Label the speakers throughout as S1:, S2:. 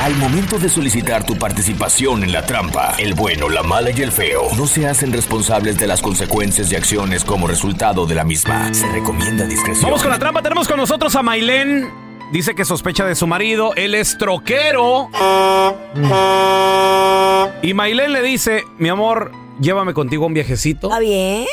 S1: Al momento de solicitar tu participación en la trampa, el bueno, la mala y el feo no se hacen responsables de las consecuencias y acciones como resultado de la misma. Se recomienda discreción.
S2: Vamos con la trampa, tenemos con nosotros a Mailén. Dice que sospecha de su marido, él es troquero. Y Mailén le dice, mi amor, llévame contigo a un viajecito.
S3: Está bien.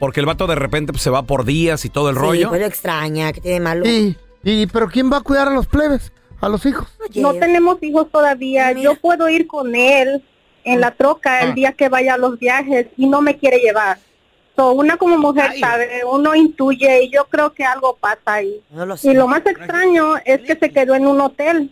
S2: Porque el vato de repente pues, se va por días y todo el
S3: Sí,
S2: rollo.
S3: pues lo extraña, que tiene malo.
S4: ¿Y, y pero quién va a cuidar a los plebes? A los hijos.
S5: No tenemos hijos todavía.
S3: Mira. Ah.
S5: Yo puedo ir con él en la troca el día que vaya a los viajes y no me quiere llevar. So, una como mujer sabe, uno intuye y yo creo que algo pasa ahí.
S3: No lo sé.
S5: Y lo más extraño es que se quedó en un hotel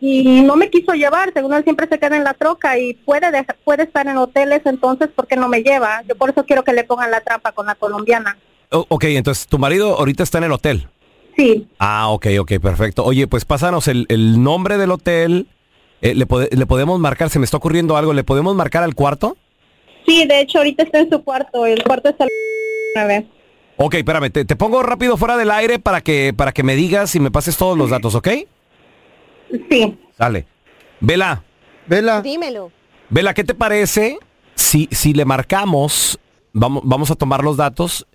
S5: y no me quiso llevar. Según él siempre se queda en la troca y puede deja- puede estar en hoteles, entonces ¿por qué no me lleva? Yo por eso quiero que le pongan la trampa con la colombiana.
S2: O- ok, entonces tu marido ahorita está en el hotel.
S5: Sí,
S2: Ah, ok, ok, perfecto. Oye, pues pásanos el, el nombre del hotel. Eh, le, pode- le podemos marcar, se me está ocurriendo algo, ¿le podemos marcar al cuarto?
S5: sí. De hecho ahorita está en su cuarto. El cuarto está. A ver.
S2: Ok, espérame, te, te pongo rápido fuera del aire para que, para que me digas y me pases todos los datos, ¿ok?
S5: Sí.
S2: Sale. Vela,
S4: Vela.
S6: Dímelo.
S2: Vela, ¿qué te parece si, si le marcamos, vamos, vamos a tomar los datos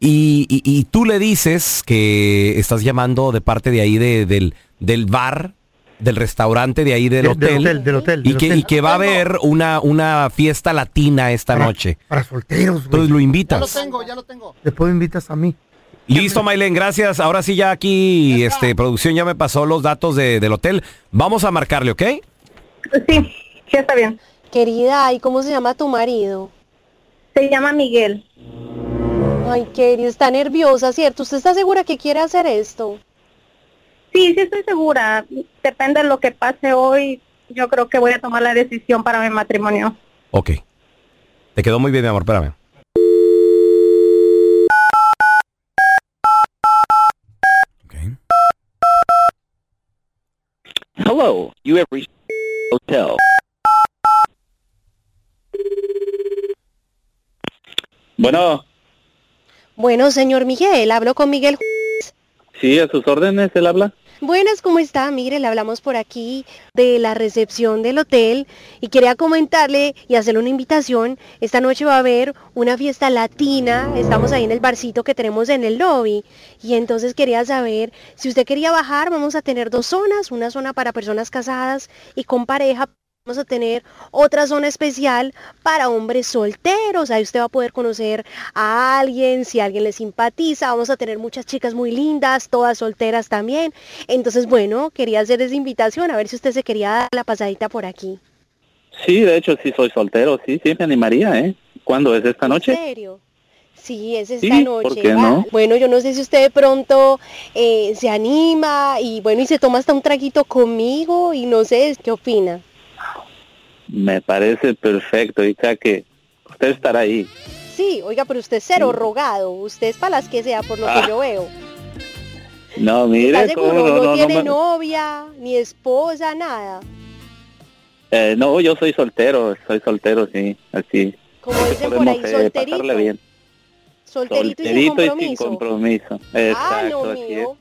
S2: y, y- y tú le dices que estás llamando de parte de ahí de- del, del bar, del restaurante de ahí del
S4: De-
S2: hotel?
S4: Del hotel, del hotel.
S2: Y
S4: del
S2: que,
S4: hotel.
S2: y que va a haber una, una fiesta latina esta noche.
S4: Para solteros, güey.
S2: Entonces lo invitas.
S6: tengo, ya lo tengo.
S4: Después me invitas a mí.
S2: Listo, Maylen, gracias. Ahora sí ya aquí, este, producción ya me pasó los datos de- del hotel. Vamos a marcarle, ¿ok?
S5: Sí, sí está bien.
S6: Querida, ¿y cómo se llama tu marido?
S5: Se llama Miguel.
S6: Ay, querida, está nerviosa, ¿cierto? ¿Usted está segura que quiere hacer esto?
S5: Sí, sí estoy segura. Depende de lo que pase hoy. Yo creo que voy a tomar la decisión para mi matrimonio.
S2: Ok. Te quedó muy bien, mi amor, espérame.
S7: Hello, you have reached hotel. Bueno,
S6: Bueno, señor Miguel, hablo con Miguel.
S7: sí, a sus órdenes él habla.
S6: Buenas, ¿cómo está? Mire, le hablamos por aquí de la recepción del hotel y quería comentarle y hacerle una invitación. Esta noche va a haber una fiesta latina. Estamos ahí en el barcito que tenemos en el lobby. Y entonces quería saber si usted quería bajar, vamos a tener dos zonas, una zona para personas casadas y con pareja Vamos a tener otra zona especial para hombres solteros. Ahí usted va a poder conocer a alguien, si alguien le simpatiza. Vamos a tener muchas chicas muy lindas, todas solteras también. Entonces, bueno, quería hacer esa invitación, a ver si usted se quería dar la pasadita por aquí.
S7: Sí, de hecho, sí soy soltero, sí, sí me animaría, ¿eh? ¿Cuándo es esta noche?
S6: ¿En serio? Sí, es esta
S7: Sí,
S6: noche. Ah,
S7: ¿por qué no?
S6: Bueno, yo no sé si usted de pronto eh, se anima y bueno, y se toma hasta un traguito conmigo y no sé, ¿qué opina?
S7: Me parece perfecto, y sea que usted estará ahí.
S6: Sí, oiga, pero usted es cero rogado, usted es para las que sea, por lo que
S7: Ah,
S6: yo veo.
S7: No,
S6: ¿Está
S7: mire,
S6: seguro?
S7: cómo no,
S6: no,
S7: no, no,
S6: tiene
S7: me-
S6: novia, ni esposa, nada.
S7: eh, no, yo soy soltero, soy soltero, sí, así.
S6: Como
S7: Que
S6: dicen por ahí,
S7: podemos, eh,
S6: solterito.
S7: pasarle bien.
S6: Solterito,
S7: Solterito
S6: y sin
S7: y sin
S6: compromiso.
S7: compromiso.
S6: Ah,
S7: Exacto,
S6: no,
S7: así es.
S6: mío.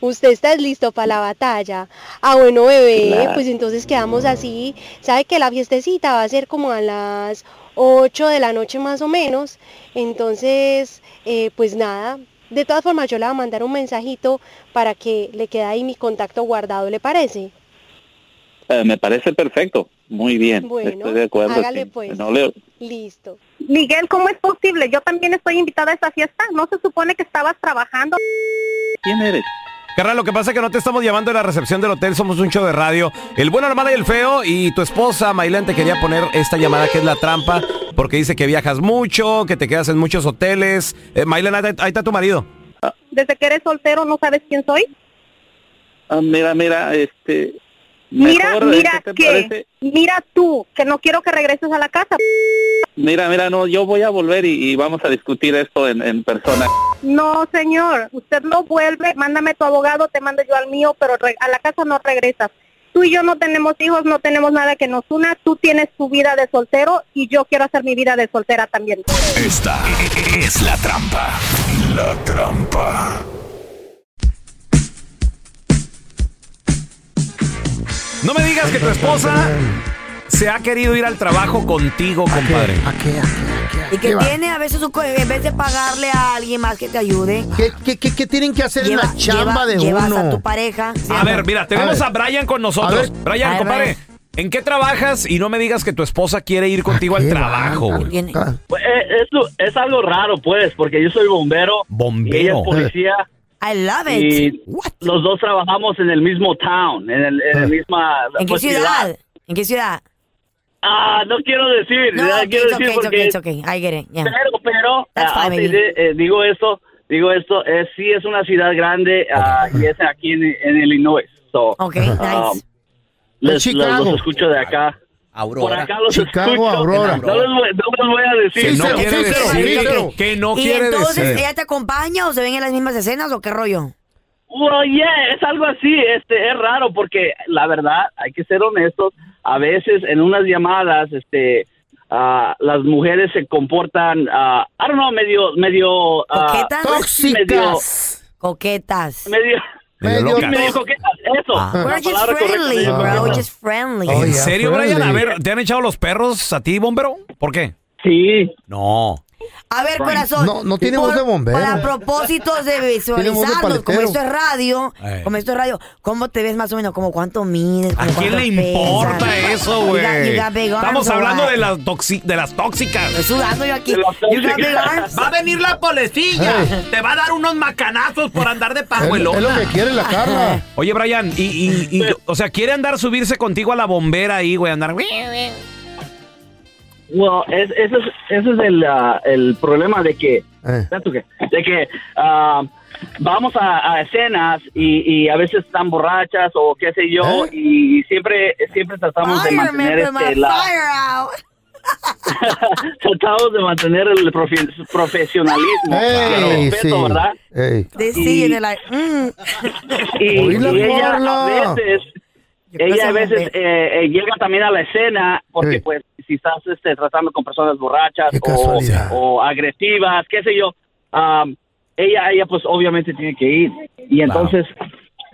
S6: Usted está listo para la batalla. Ah, bueno, bebé,
S7: Claro.
S6: pues entonces quedamos así. Sabe que la fiestecita va a ser como a las 8 de la noche más o menos. Entonces, eh, pues nada. De todas formas, yo le voy a mandar un mensajito para que le quede ahí mi contacto guardado, ¿le parece?
S7: Eh, me parece perfecto, muy bien,
S6: Bueno,
S7: estoy de acuerdo.
S6: hágale
S7: sí.
S6: pues.
S7: No le-
S6: Listo.
S5: Miguel, ¿cómo es posible? Yo también estoy invitada a esa fiesta. ¿No se supone que estabas trabajando?
S7: ¿Quién eres?
S2: Carnal, lo que pasa es que no te estamos llamando de la recepción del hotel, somos un show de radio. El bueno, la mala y el feo. Y tu esposa, Maylene, te quería poner esta llamada que es la trampa, porque dice que viajas mucho, que te quedas en muchos hoteles. Eh, Maylene, ahí, ahí está tu marido.
S5: Desde que eres soltero no sabes quién soy.
S7: Ah, mira, mira, este...
S5: Mira,
S7: mejor, eh,
S5: mira
S7: ¿qué te
S5: que,
S7: parece?
S5: mira tú, que no quiero que regreses a la casa.
S7: Mira, mira, no, yo voy a volver y, y vamos a discutir esto en, en persona.
S5: No, señor, usted no vuelve, mándame tu abogado, te mando yo al mío, pero re- a la casa no regresas. Tú y yo no tenemos hijos, no tenemos nada que nos una, tú tienes tu vida de soltero y yo quiero hacer mi vida de soltera también.
S1: Esta es la trampa. La trampa.
S2: No me digas que tu esposa se ha querido ir al trabajo contigo, compadre.
S4: ¿A qué? ¿A qué? ¿A qué?
S3: Y que
S4: ¿Qué va?
S3: tiene a veces su co- en vez de pagarle a alguien más que te ayude,
S4: ¿Qué, qué, qué- qué tienen que hacer en la
S3: lleva-
S4: chamba de
S3: llevas
S4: uno?
S3: a tu pareja. ¿sí?
S7: Ah,
S2: A ver, mira, tenemos a,
S4: A
S2: Brian con nosotros.
S4: A ver.
S2: Brian,
S3: A ver,
S2: compadre,
S3: Brian.
S2: ¿en qué trabajas? Y no me digas que tu esposa quiere ir contigo al
S4: ¿Qué va?
S2: trabajo, güey.
S3: Tiene-
S4: Ca-
S7: Es, Pues, eh, es algo raro, pues, porque yo soy bombero.
S2: Bombero. y ella es
S4: policía,
S3: I love it.
S7: y los dos trabajamos en el mismo town, en el, en el misma
S3: ¿En qué
S7: pues,
S3: ciudad? ¿En qué ciudad?
S7: Ah, no quiero decir,
S3: No,
S7: no,
S3: ok,
S7: quiero
S3: it's
S7: decir
S3: okay, it's
S7: porque
S3: okay, it's okay. I get it. yeah.
S7: pero pero
S3: That's
S7: ah,
S3: fine,
S7: antes
S3: baby.
S7: de- eh, digo esto, digo esto, es sí es una ciudad grande ah, y es aquí en, en Illinois. So,
S3: Ok,
S7: ah,
S3: nice.
S7: les,
S4: En
S7: los- los
S4: Chicago.
S7: escucho de acá. Por acá los
S4: Chicago,
S7: escucho.
S4: Aurora.
S7: No les, voy, no les voy a decir.
S2: Que no
S4: sí,
S2: quiere
S4: sí,
S2: decir.
S4: sí,
S2: que-
S4: sí.
S2: Que no
S3: ¿Y
S2: quiere
S3: entonces
S2: decir.
S3: ella te acompaña o se ven en las mismas escenas o qué rollo?
S7: Well, yeah, es algo así, este, es raro porque la verdad, hay que ser honestos, a veces en unas llamadas, este, ah, las mujeres se comportan, ah, I don't know, medio, medio, ah,
S3: ¿Coquetas?
S7: medio,
S4: Tóxicas.
S3: Coquetas. Ah.
S7: medio,
S2: Medio
S4: Medio
S2: loca.
S7: medio coquetas, eso. la
S3: We're just
S7: palabra correcta,
S3: friendly,
S7: medio
S3: bro.
S7: coquetas.
S3: Just friendly.
S4: Oh,
S2: ¿En
S4: yeah,
S2: serio, Brian? A
S4: friendly.
S2: ver, ¿te han echado los perros a ti, bombero? ¿Por qué?
S7: Sí,
S2: No.
S3: A ver, corazón.
S4: No, no tiene voz de bombero.
S3: Para propósitos de visualizarnos, como
S4: paletero.
S3: esto es radio,
S2: Eh.
S3: como esto es radio, ¿cómo te ves más o menos? ¿Cómo cuánto mides?
S2: ¿A
S3: ¿Cómo
S2: quién
S3: cuánto
S2: le
S3: pesas?
S2: importa eso,
S3: You got- you
S2: güey?
S3: got big arms,
S2: Estamos
S3: or
S2: hablando
S3: what?
S2: de las, toxi- de las tóxicas.
S3: Estoy sudando yo aquí.
S7: De las
S3: You got big
S7: tóxicas.
S3: arms.
S2: a venir la policía. Te va a dar unos macanazos por andar de
S4: Es, es lo que quiere la Carla.
S2: Oye, Brian, y, y- y- o sea, quiere andar subirse contigo a la bombera ahí, güey, andar.
S7: well, es, ese es, ese es el, ah, el problema de que
S4: Eh.
S7: That's okay. De que ah, vamos a, a escenas y, y a veces están borrachas o qué sé yo
S4: ¿Eh?
S7: y siempre siempre tratamos de
S3: Fire,
S7: mantener
S3: man, put my
S7: este, la,
S3: fire out.
S7: tratamos de mantener el profe- profesionalismo, el
S4: Ey,
S7: respeto,
S4: sí.
S7: ¿verdad?
S4: Ey.
S3: They
S7: Y-
S3: see you, they're like, mm.
S7: Y,
S4: Oí la
S7: y ella
S4: Carla.
S7: a veces
S3: Yo creo que
S7: ella a
S3: se
S7: veces
S3: me-
S7: eh, eh, llega también a la escena porque
S4: Sí.
S7: pues si estás este, tratando con personas borrachas
S4: Qué
S7: o,
S4: casualidad.
S7: o agresivas, qué sé yo, am, ella ella pues obviamente tiene que ir y entonces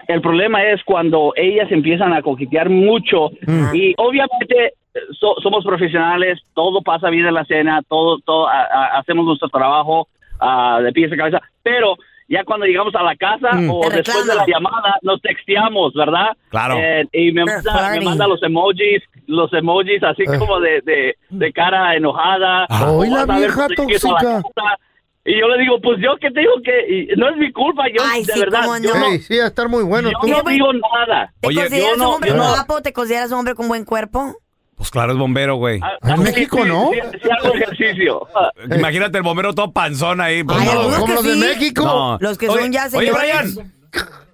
S7: el problema es cuando ellas empiezan a coquetear mucho
S4: Mm.
S7: y obviamente eh, so- somos profesionales, todo pasa bien en la escena, todo todo a- a- hacemos nuestro trabajo ah, de pies a cabeza, pero ya cuando llegamos a la casa
S8: Mm.
S7: o
S8: Te
S7: después de
S8: reclama.
S7: la llamada, nos texteamos, ¿verdad?
S2: Claro.
S7: Eh, y me
S8: They're
S7: manda, me
S8: flirting.
S7: manda los emojis, los emojis así
S4: Eh.
S7: como de, de, de cara enojada.
S4: Ah.
S7: O
S4: Ay, la
S7: vas a ver
S4: vieja
S7: cuando llegues a la
S4: tóxica.
S7: casa. Y yo le digo, pues yo que te digo que y no es mi culpa, yo de verdad, yo no,
S4: Ey, sí, va a estar muy bueno. tú.
S7: yo no digo nada.
S3: ¿Te
S2: Oye,
S3: consideras
S7: yo no-
S3: un hombre
S7: yo no-
S3: guapo? ¿Te consideras un hombre con buen cuerpo?
S2: Pues claro, es bombero, güey.
S7: Ah,
S4: En México,
S7: sí,
S4: ¿no?
S7: sí, sí hago ejercicio.
S2: Imagínate el bombero todo panzón ahí. pues,
S3: Ay,
S2: no,
S3: algunos
S2: güey.
S4: Como
S3: que
S4: los de
S3: sí.
S4: México.
S2: No.
S3: Los que
S2: Oye,
S3: son ya
S2: Oye,
S3: señores.
S2: Brian,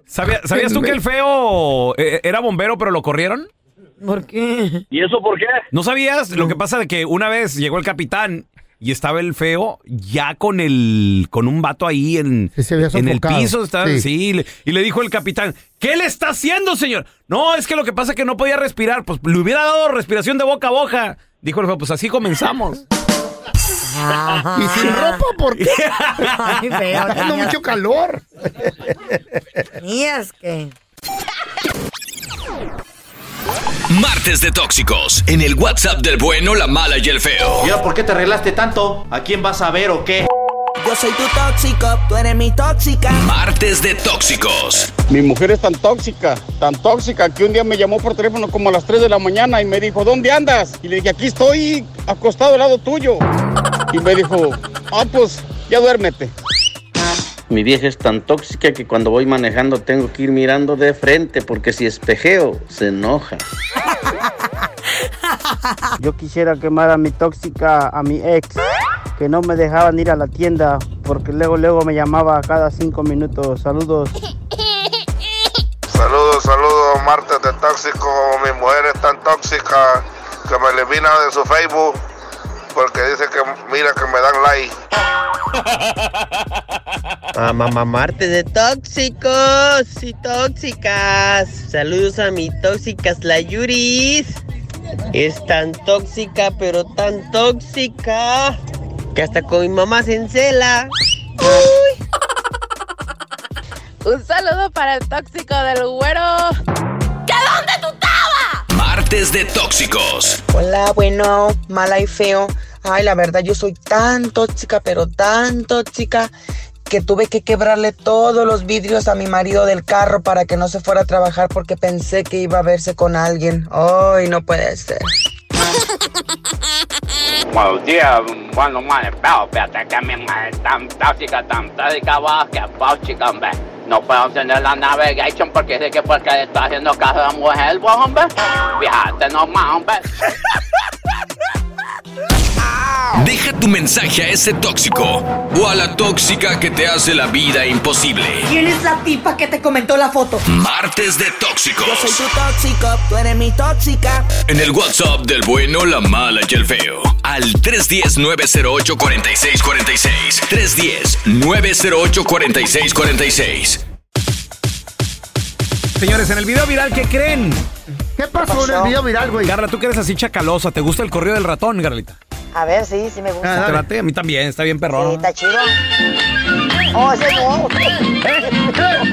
S2: ¿sabía- ¿sabías tú que el feo eh, era bombero, pero lo corrieron?
S3: ¿Por qué?
S7: ¿Y eso por qué?
S2: ¿No sabías? Lo que pasa de que una vez llegó el capitán y estaba el feo ya con el con un vato ahí en,
S4: Sí, se había
S2: en el
S4: sofocado.
S2: piso. estaba-
S4: Sí.
S2: sí, le- y le dijo el capitán, ¿qué le está haciendo, señor? No, es que lo que pasa es que no podía respirar. Pues le hubiera dado respiración de boca a boca. Dijo el feo, pues así comenzamos.
S4: ¿Y sin ropa por qué?
S3: Ay, feo,
S4: Está dando
S3: niñas.
S4: mucho calor.
S3: Niñas, que...
S1: Martes de Tóxicos en el WhatsApp del bueno, la mala y el feo.
S9: Mira, ¿por qué te arreglaste tanto? ¿A quién vas a ver o qué?
S8: Yo soy tu tóxico, tú eres mi tóxica.
S1: Martes de Tóxicos.
S10: Mi mujer es tan tóxica, tan tóxica, que un día me llamó por teléfono como a las 3 de la mañana y me dijo, ¿dónde andas? Y le dije, aquí estoy, acostado al lado tuyo. Y me dijo, ah, pues ya duérmete.
S9: Mi vieja es tan tóxica que cuando voy manejando tengo que ir mirando de frente porque si espejeo se enoja.
S10: Yo quisiera quemar a mi tóxica, a mi ex, que no me dejaban ir a la tienda porque luego, luego me llamaba cada cinco minutos. Saludos.
S11: Saludos, saludos, martes de tóxico. Mi mujer es tan tóxica que me elimina de su Facebook porque dice que mira que me dan like.
S8: A mamamarte de tóxicos y tóxicas. Saludos a mi tóxicas, la Yuris. Es tan tóxica, pero tan tóxica, que hasta con mi mamá se encela.
S12: Un saludo para el tóxico del güero.
S1: Martes de Tóxicos.
S8: Hola, bueno, mala y feo. Ay, la verdad, yo soy tan tóxica, pero tan tóxica, que tuve que quebrarle todos los vidrios a mi marido del carro para que no se fuera a trabajar porque pensé que iba a verse con alguien. Ay, no puede ser.
S13: Buenos días, bueno, madre, pero fíjate que mi madre es tan tóxica, tan tóxica, wow, que tóxica, hombre. No puedo encender la navigation porque sé que porque le está haciendo caso a la mujer, wow, hombre. Fíjate nomás, hombre.
S1: Deja tu mensaje a ese tóxico o a la tóxica que te hace la vida imposible.
S8: ¿Quién es la tipa que te comentó la foto?
S1: Mm. Martes de Tóxicos.
S8: Yo soy tu tóxico, tú eres mi tóxica.
S1: En el WhatsApp del bueno, la mala y el feo. Al 310-908-4646. 310-908-4646.
S2: Señores, en el video viral, ¿qué creen?
S4: ¿Qué pasó en el video viral, güey?
S2: Carla, tú que eres así chacalosa, ¿te gusta el correo del ratón, Carlita?
S12: A ver, sí, sí me
S2: Ah,
S12: gusta.
S2: espérate, a mí también, está bien
S12: Sí,
S2: perrón.
S12: está chido. Oh, ese no.
S2: O sea, ¿ustedes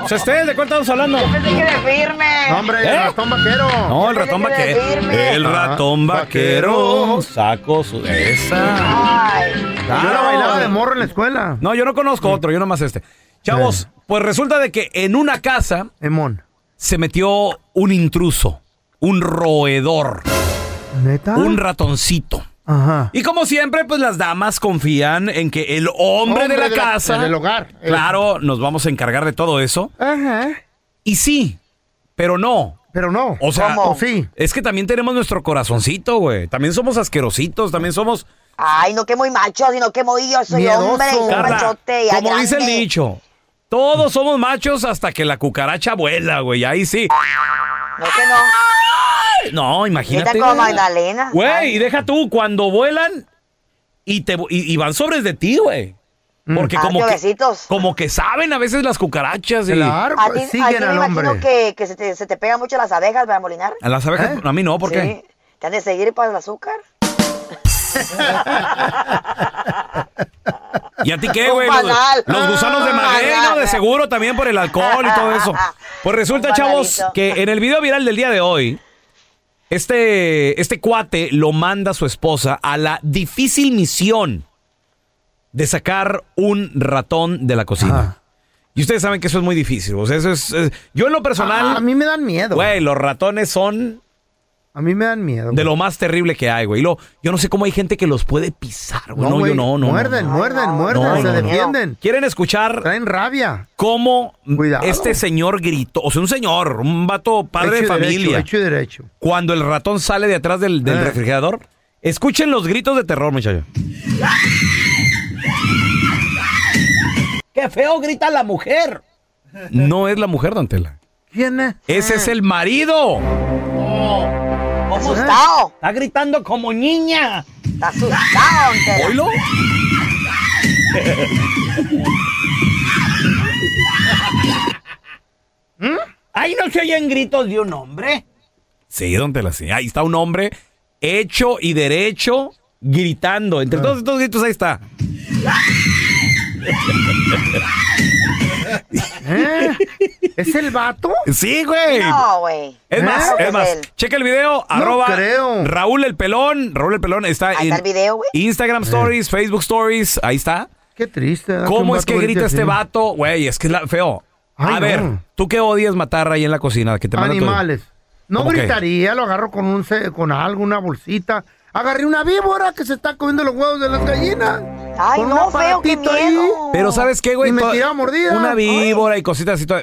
S2: Pues, este, de cuál estamos hablando?
S12: Pensé que de firme.
S4: No, hombre,
S2: ¿Eh?
S4: el ratón vaquero.
S2: No, el ratón
S12: Yo pensé que
S2: vaquero.
S12: era firme.
S4: Ah,
S2: El ratón vaquero sacó su... Esa.
S12: Ay,
S4: Yo la
S2: Claro.
S4: bailaba de morro en la escuela. Eh.
S2: No, yo no conozco otro, yo nomás este. Chavos, pues resulta de que en una casa
S4: Emón.
S2: se metió un intruso, un roedor,
S4: ¿Neta?
S2: un ratoncito.
S4: Ajá.
S2: Y como siempre, pues las damas confían en que el hombre, de la casa...
S4: Del hogar. Eh,
S2: Claro, nos vamos a encargar de todo eso.
S4: Ajá.
S2: Y sí, pero no.
S4: Pero no.
S2: O sea, oh,
S4: ¿Cómo? sí.
S2: es que también tenemos nuestro corazoncito, güey. También somos asquerositos, también somos...
S12: ay, no que muy macho, sino que muy yo soy
S4: Miedoso.
S12: hombre y soy
S4: Carla,
S12: machote. ya
S2: como dice el
S12: grande.
S2: dicho, todos somos machos hasta que la cucaracha vuela, güey. Ahí sí.
S12: No que no.
S2: No,
S12: Está
S2: imagínate.
S12: como
S2: güey.
S12: Magdalena.
S2: Güey, y deja tú, cuando vuelan y, te, y, y van sobres de ti, güey. Porque
S12: Ah,
S2: como
S12: qué
S2: que,
S12: besitos.
S2: como que saben a veces las cucarachas. Y, a
S4: Claro,
S12: A
S4: pues,
S12: ti, a ti
S4: siguen
S12: me
S4: al
S12: imagino
S4: hombre. ¿Eh?
S12: que, que se, te, se te pegan mucho las abejas, ¿verdad, Molinar?
S2: las abejas, a mí no, ¿por qué?
S12: Sí. ¿Te han de seguir para el azúcar?
S2: ¿Y a ti qué,
S12: Un
S2: güey? Los,
S12: panal.
S2: los gusanos de
S12: Un
S2: madera,
S12: panal.
S2: de seguro también por el alcohol y todo eso. Pues resulta,
S12: Un
S2: chavos,
S12: panalito.
S2: que en el video viral del día de hoy, este, este cuate lo manda a su esposa a la difícil misión de sacar un ratón de la cocina.
S4: Ajá.
S2: Y ustedes saben que eso es muy difícil. O sea, eso es. es- yo en lo personal.
S4: Ah, a mí me dan miedo.
S2: Güey, los ratones son.
S4: A mí me dan miedo.
S2: De lo más terrible que hay, güey. Y lo- yo no sé cómo hay gente que los puede pisar, güey.
S4: No,
S2: No, yo
S4: güey,
S2: no, no. no,
S4: muerden,
S2: no.
S4: muerden, muerden, se defienden.
S2: ¿Quieren escuchar?
S4: Traen rabia.
S2: ¿Cómo este señor gritó? O sea, un señor, un vato padre de
S4: Hecho y derecho,
S2: familia.
S4: hecho y derecho.
S2: Cuando el ratón sale de atrás del, del
S4: Eh.
S2: refrigerador. Escuchen los gritos de terror, muchachos.
S14: ¡Qué feo grita la mujer!
S2: No es la mujer, Dantela.
S4: ¿Quién es?
S2: Ese es el marido.
S14: ¿Cómo está? Está gritando como niña. Está asustado,
S2: ¿Oilo?
S14: Ahí ¿Mm? no se oyen gritos de un hombre.
S2: Sí, don Tela, sí. Ahí está un hombre hecho y derecho gritando.
S4: Ah.
S2: Entre todos estos gritos, ahí está.
S4: ¿Eh? ¿Es el vato?
S2: Sí, güey.
S14: No, güey.
S2: Es más,
S14: Claro que
S2: es más,
S14: es él.
S2: checa el video, arroba Raúl el Pelón, Raúl el Pelón está
S14: Ahí está
S2: en
S14: el video, güey.
S2: Instagram Stories, Facebook Stories, ahí está.
S4: Qué triste. ¿verdad?
S2: ¿Cómo
S4: un
S2: es que
S4: vato
S2: grita
S4: grite
S2: este
S4: así?
S2: vato? Güey, es que es la, feo.
S4: Ay,
S2: a ver,
S4: no.
S2: ¿tú qué odias matar ahí en la cocina? Que te mata tu-
S4: Animales. No
S2: ¿Cómo qué?
S4: gritaría, lo agarro con un ce- con algo, una bolsita. Agarré una víbora que se está comiendo los huevos de las gallinas.
S14: Ay,
S4: Con
S14: no,
S4: un
S14: feo, qué
S4: aparatito
S14: miedo.
S2: Pero ¿sabes qué, güey?
S4: Y me
S2: Toda-
S4: tiraba mordida.
S2: Una víbora y cositas así. toda-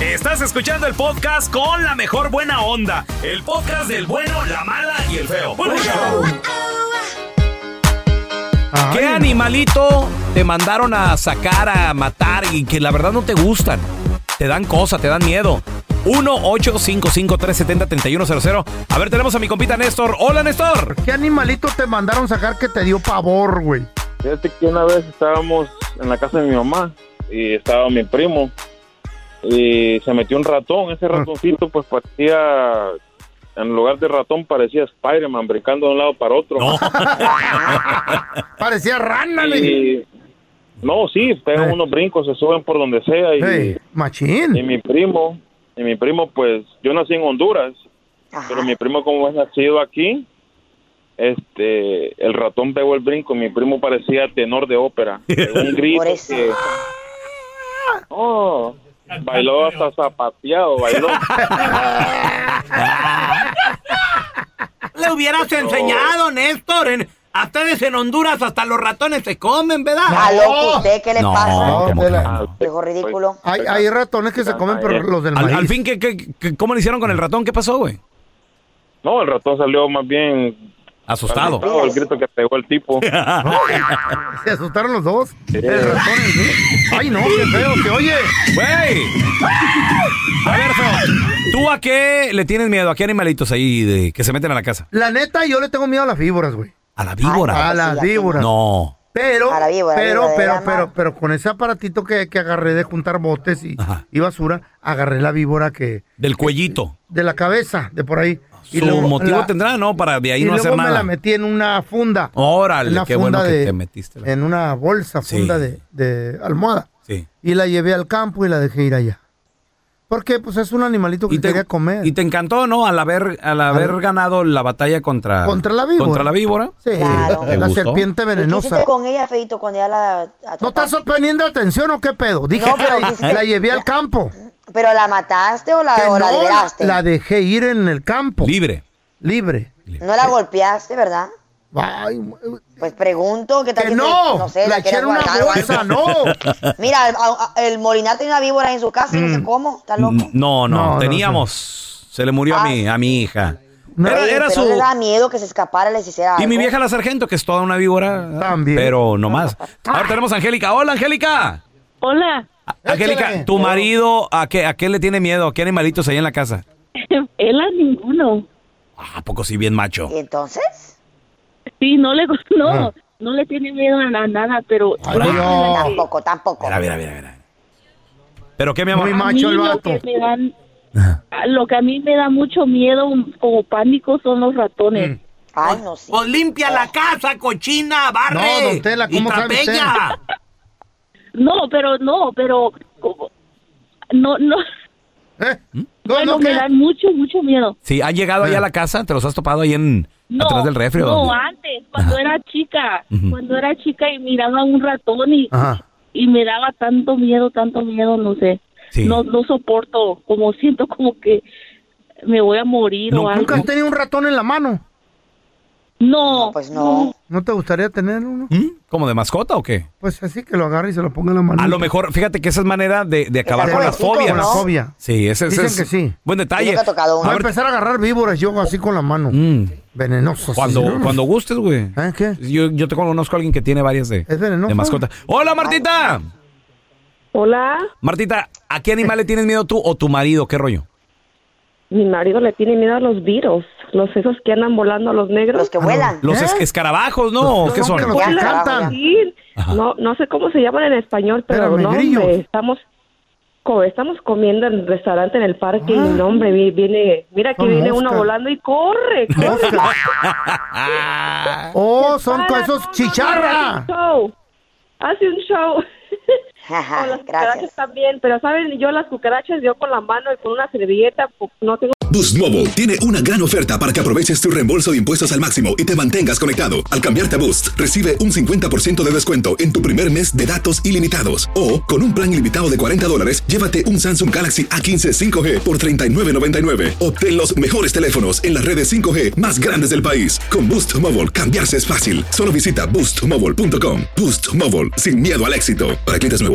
S2: Estás escuchando el podcast con la mejor buena onda. El podcast del bueno, la mala y el feo. Bueno, ¿Qué animalito te mandaron a sacar, a matar y que la verdad no te gustan? Te dan cosa, te dan miedo. 1-855-370-3100. A ver, tenemos a mi compita Néstor. Hola, Néstor.
S4: ¿Qué animalito te mandaron sacar que te dio pavor, güey?
S15: Fíjate que una vez estábamos en la casa de mi mamá y estaba mi primo y se metió un ratón. Ese ratoncito pues parecía, en lugar de ratón parecía Spider-Man brincando de un lado para otro.
S4: Parecía rana, Eh. güey.
S15: Y- no, sí, pegan unos brincos, se suben por donde sea y,
S4: Ey, machín.
S15: y mi primo, y mi primo pues, yo nací en Honduras, pero mi primo como es nacido aquí, este, el ratón pegó el brinco, mi primo parecía tenor de ópera, Pegó un grito que, oh, bailó hasta zapateado, bailó.
S14: Le hubieras
S2: Oh.
S14: enseñado, Néstor. En, a ustedes en Honduras hasta los ratones se comen, ¿verdad?
S4: Está loco usted,
S14: Ah, ¿qué
S4: le No, pasa? ¿cómo
S14: Dijo ridículo.
S4: Hay, hay ratones que se comen, pero los del
S2: Al,
S4: maíz.
S2: al fin, ¿qué, qué- qué- cómo le hicieron con el ratón? ¿Qué pasó, güey?
S15: No, el ratón salió más bien
S2: asustado.
S15: El grito que pegó el tipo.
S4: Se asustaron los dos. El ratón y el mío. Ay, no, qué feo, que oye.
S2: ¡Güey! A ver, feo. ¿Tú a qué le tienes miedo? ¿A qué animalitos ahí de, que se meten a la casa?
S4: La neta, yo le tengo miedo a las víboras, güey.
S2: ¿A la víbora?
S4: A las víboras.
S2: No.
S4: Pero,
S3: A la víbora,
S4: pero,
S3: víbora de
S4: pero,
S3: la mar.
S4: pero, pero con ese aparatito que, que agarré de juntar botes y, y basura, agarré la víbora que
S2: Del cuellito.
S4: de la cabeza, de por ahí. Y
S2: Su
S4: luego
S2: motivo
S4: la-
S2: tendrá, ¿no? Para de ahí
S4: y
S2: no
S4: luego
S2: hacer
S4: me la
S2: nada.
S4: metí en una funda.
S2: Órale,
S4: En una
S2: qué bueno
S4: funda
S2: que
S4: de-
S2: te metiste. la-
S4: En una bolsa, funda de- de almohada.
S2: Sí.
S4: Y la llevé al campo y la dejé ir allá. Porque pues es un animalito que quería comer.
S2: Y te encantó, ¿no? Al haber, al haber ganado la batalla contra...
S4: Contra la víbora.
S2: Contra la víbora.
S4: Sí. Claro.
S2: ¿Te
S4: La
S2: gustó?
S4: serpiente
S3: ¿Qué hiciste con ella, Feito, cuando ella la atrapaste?
S4: ¿No estás poniendo atención o qué pedo? Dije,
S3: No, pero Ah,
S4: "Ay,
S3: hiciste-
S4: la llevé al campo.
S3: ¿Pero la mataste o la,
S4: Que
S3: o la
S4: no,
S3: liberaste?
S4: la dejé ir en el campo. Libre. Libre.
S3: No la golpeaste, ¿verdad?
S4: Ay,
S3: pues pregunto, ¿qué tal?
S4: Que
S3: si te-
S4: no,
S3: sé,
S4: la
S3: la quieres
S4: eché en una
S3: guardar o algo?
S4: bolsa, no.
S3: Mira, el, a- a- el Molinar tenía una víbora en su casa, no sé
S2: Mm.
S3: cómo, está loco.
S2: N- No,
S4: No,
S2: no,
S4: no,
S2: teníamos. Se le murió a mi, a mi hija. Era,
S3: Oye,
S2: era
S3: pero
S2: su...
S3: le da miedo que se escapara, les hiciera
S2: Y mi
S3: algo.
S2: vieja la sargento, que es toda una víbora. También. Pero no más.
S16: Ah.
S2: Ahora tenemos a Angélica. Hola, Angélica.
S16: Hola.
S2: Angélica,
S16: Oh.
S2: ¿tu marido a qué, a qué le tiene miedo? ¿A qué animalitos hay en la casa?
S16: Él a ninguno.
S2: ¿A poco sí bien macho?
S16: entonces? Sí, no le gu- no,
S2: Ah.
S16: no le tiene miedo a na- nada, pero tampoco, tampoco.
S2: Mira, mira, mira, mira. ¿Pero qué, mi amor?
S16: Lo que, me dan- lo que a mí me da mucho miedo, como pánico, son los ratones. Ay, no sé.
S17: Pues limpia la casa, cochina, barre.
S16: No, don Tela, ¿cómo
S17: y
S16: sabe usted?
S17: trapella.
S16: No, pero no, pero como- no, no. Mm. Bueno,
S17: no,
S16: me
S17: ¿qué?
S16: dan mucho, mucho miedo.
S2: Sí, ¿han llegado allá a la casa? ¿Te los has topado ahí en
S16: No,
S2: atrás del refri? o
S16: No,
S2: dónde?
S16: antes, cuando era chica,
S2: Ujú.
S16: cuando era chica y miraba un ratón y,
S2: Ajá.
S16: y me daba tanto miedo, tanto miedo, no sé.
S2: Sí.
S16: No, no soporto, como siento como que me voy a morir o algo.
S4: ¿Nunca has tenido un ratón en la mano?
S16: No.
S4: Pues
S16: no.
S4: ¿No te gustaría tener uno?
S2: ¿Mm? ¿Como de mascota o qué?
S4: Pues así que lo agarre y se lo ponga en la mano.
S2: A lo mejor, fíjate que esa es manera de, de acabar
S4: Está
S2: con las
S4: jovencito,
S2: fobias.
S4: ¿no? Con la fobia.
S2: Sí, ese, ese
S4: Dicen
S2: es
S4: que sí.
S2: buen detalle.
S4: Voy a empezar a agarrar víboras yo así con la mano. Venenosos.
S2: Mm. Cuando, cuando gustes, güey.
S4: ¿Eh?
S2: Yo, yo te conozco a alguien que tiene varias de, de mascota. ¡Hola, Martita!
S16: Hola.
S2: Martita, ¿a qué animal le tienes miedo tú o tu marido? ¿Qué rollo?
S18: Mi marido le tiene miedo a los virus, los esos que andan volando, los negros. Los que vuelan. ¿Eh?
S2: Los es- escarabajos, ¿no? ¿O ¿Qué son?
S18: No, no sé cómo se llaman en español, pero
S2: Espérame,
S18: no, hombre,
S2: grillos.
S18: estamos, co- estamos comiendo en el restaurante, en el parque, y no, hombre, vi- viene, mira que
S4: Ah. Son
S18: viene uno
S4: moscas.
S18: volando y corre, corre.
S4: Oh, son con
S18: Para,
S4: esos
S18: Hace
S4: chicharra.
S18: un show. Hace un show. O las cucarachas también, pero saben, yo las cucarachas, yo con la mano y con una servilleta, pues, no tengo
S19: Boost Mobile tiene una gran oferta para que aproveches tu reembolso de impuestos al máximo y te mantengas conectado. Al cambiarte a Boost, recibe un 50% de descuento en tu primer mes de datos ilimitados. O, con un plan ilimitado de 40 dólares, llévate un Samsung Galaxy A15 5G por 39.99. Obtén los mejores teléfonos en las redes 5G más grandes del país. Con Boost Mobile, cambiarse es fácil. Solo visita boostmobile.com. Boost Mobile, sin miedo al éxito. Para clientes nuevos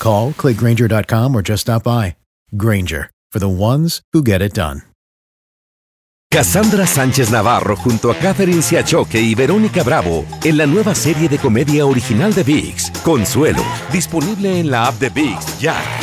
S20: Call, click Granger.com, or just stop by. Granger, for the ones who get it done.
S21: Cassandra Sánchez Navarro junto a Catherine Siachoque y Verónica Bravo en la nueva serie de comedia original de VIX, Consuelo, disponible en la app de VIX ya.